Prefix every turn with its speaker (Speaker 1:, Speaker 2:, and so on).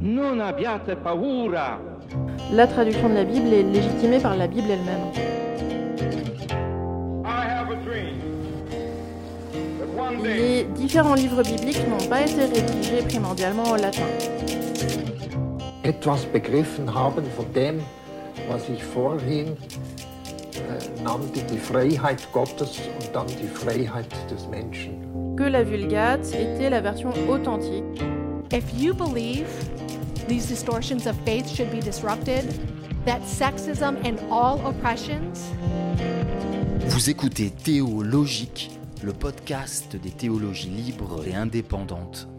Speaker 1: Non abbiate paura.
Speaker 2: La traduction de la Bible est légitimée par la Bible elle-même.
Speaker 1: I have a dream that one day
Speaker 2: Les différents livres bibliques n'ont pas été rédigés primordialement en latin.
Speaker 3: etwas begriffen haben von dem, was ich vorhin äh, nannte, die Freiheit Gottes und dann die Freiheit des Menschen.
Speaker 2: Que la Vulgate était la version authentique.
Speaker 4: If you believe these distortions of faith should be disrupted, that sexism and all oppressions
Speaker 5: Vous écoutez Théologique, le podcast des théologies libres et indépendantes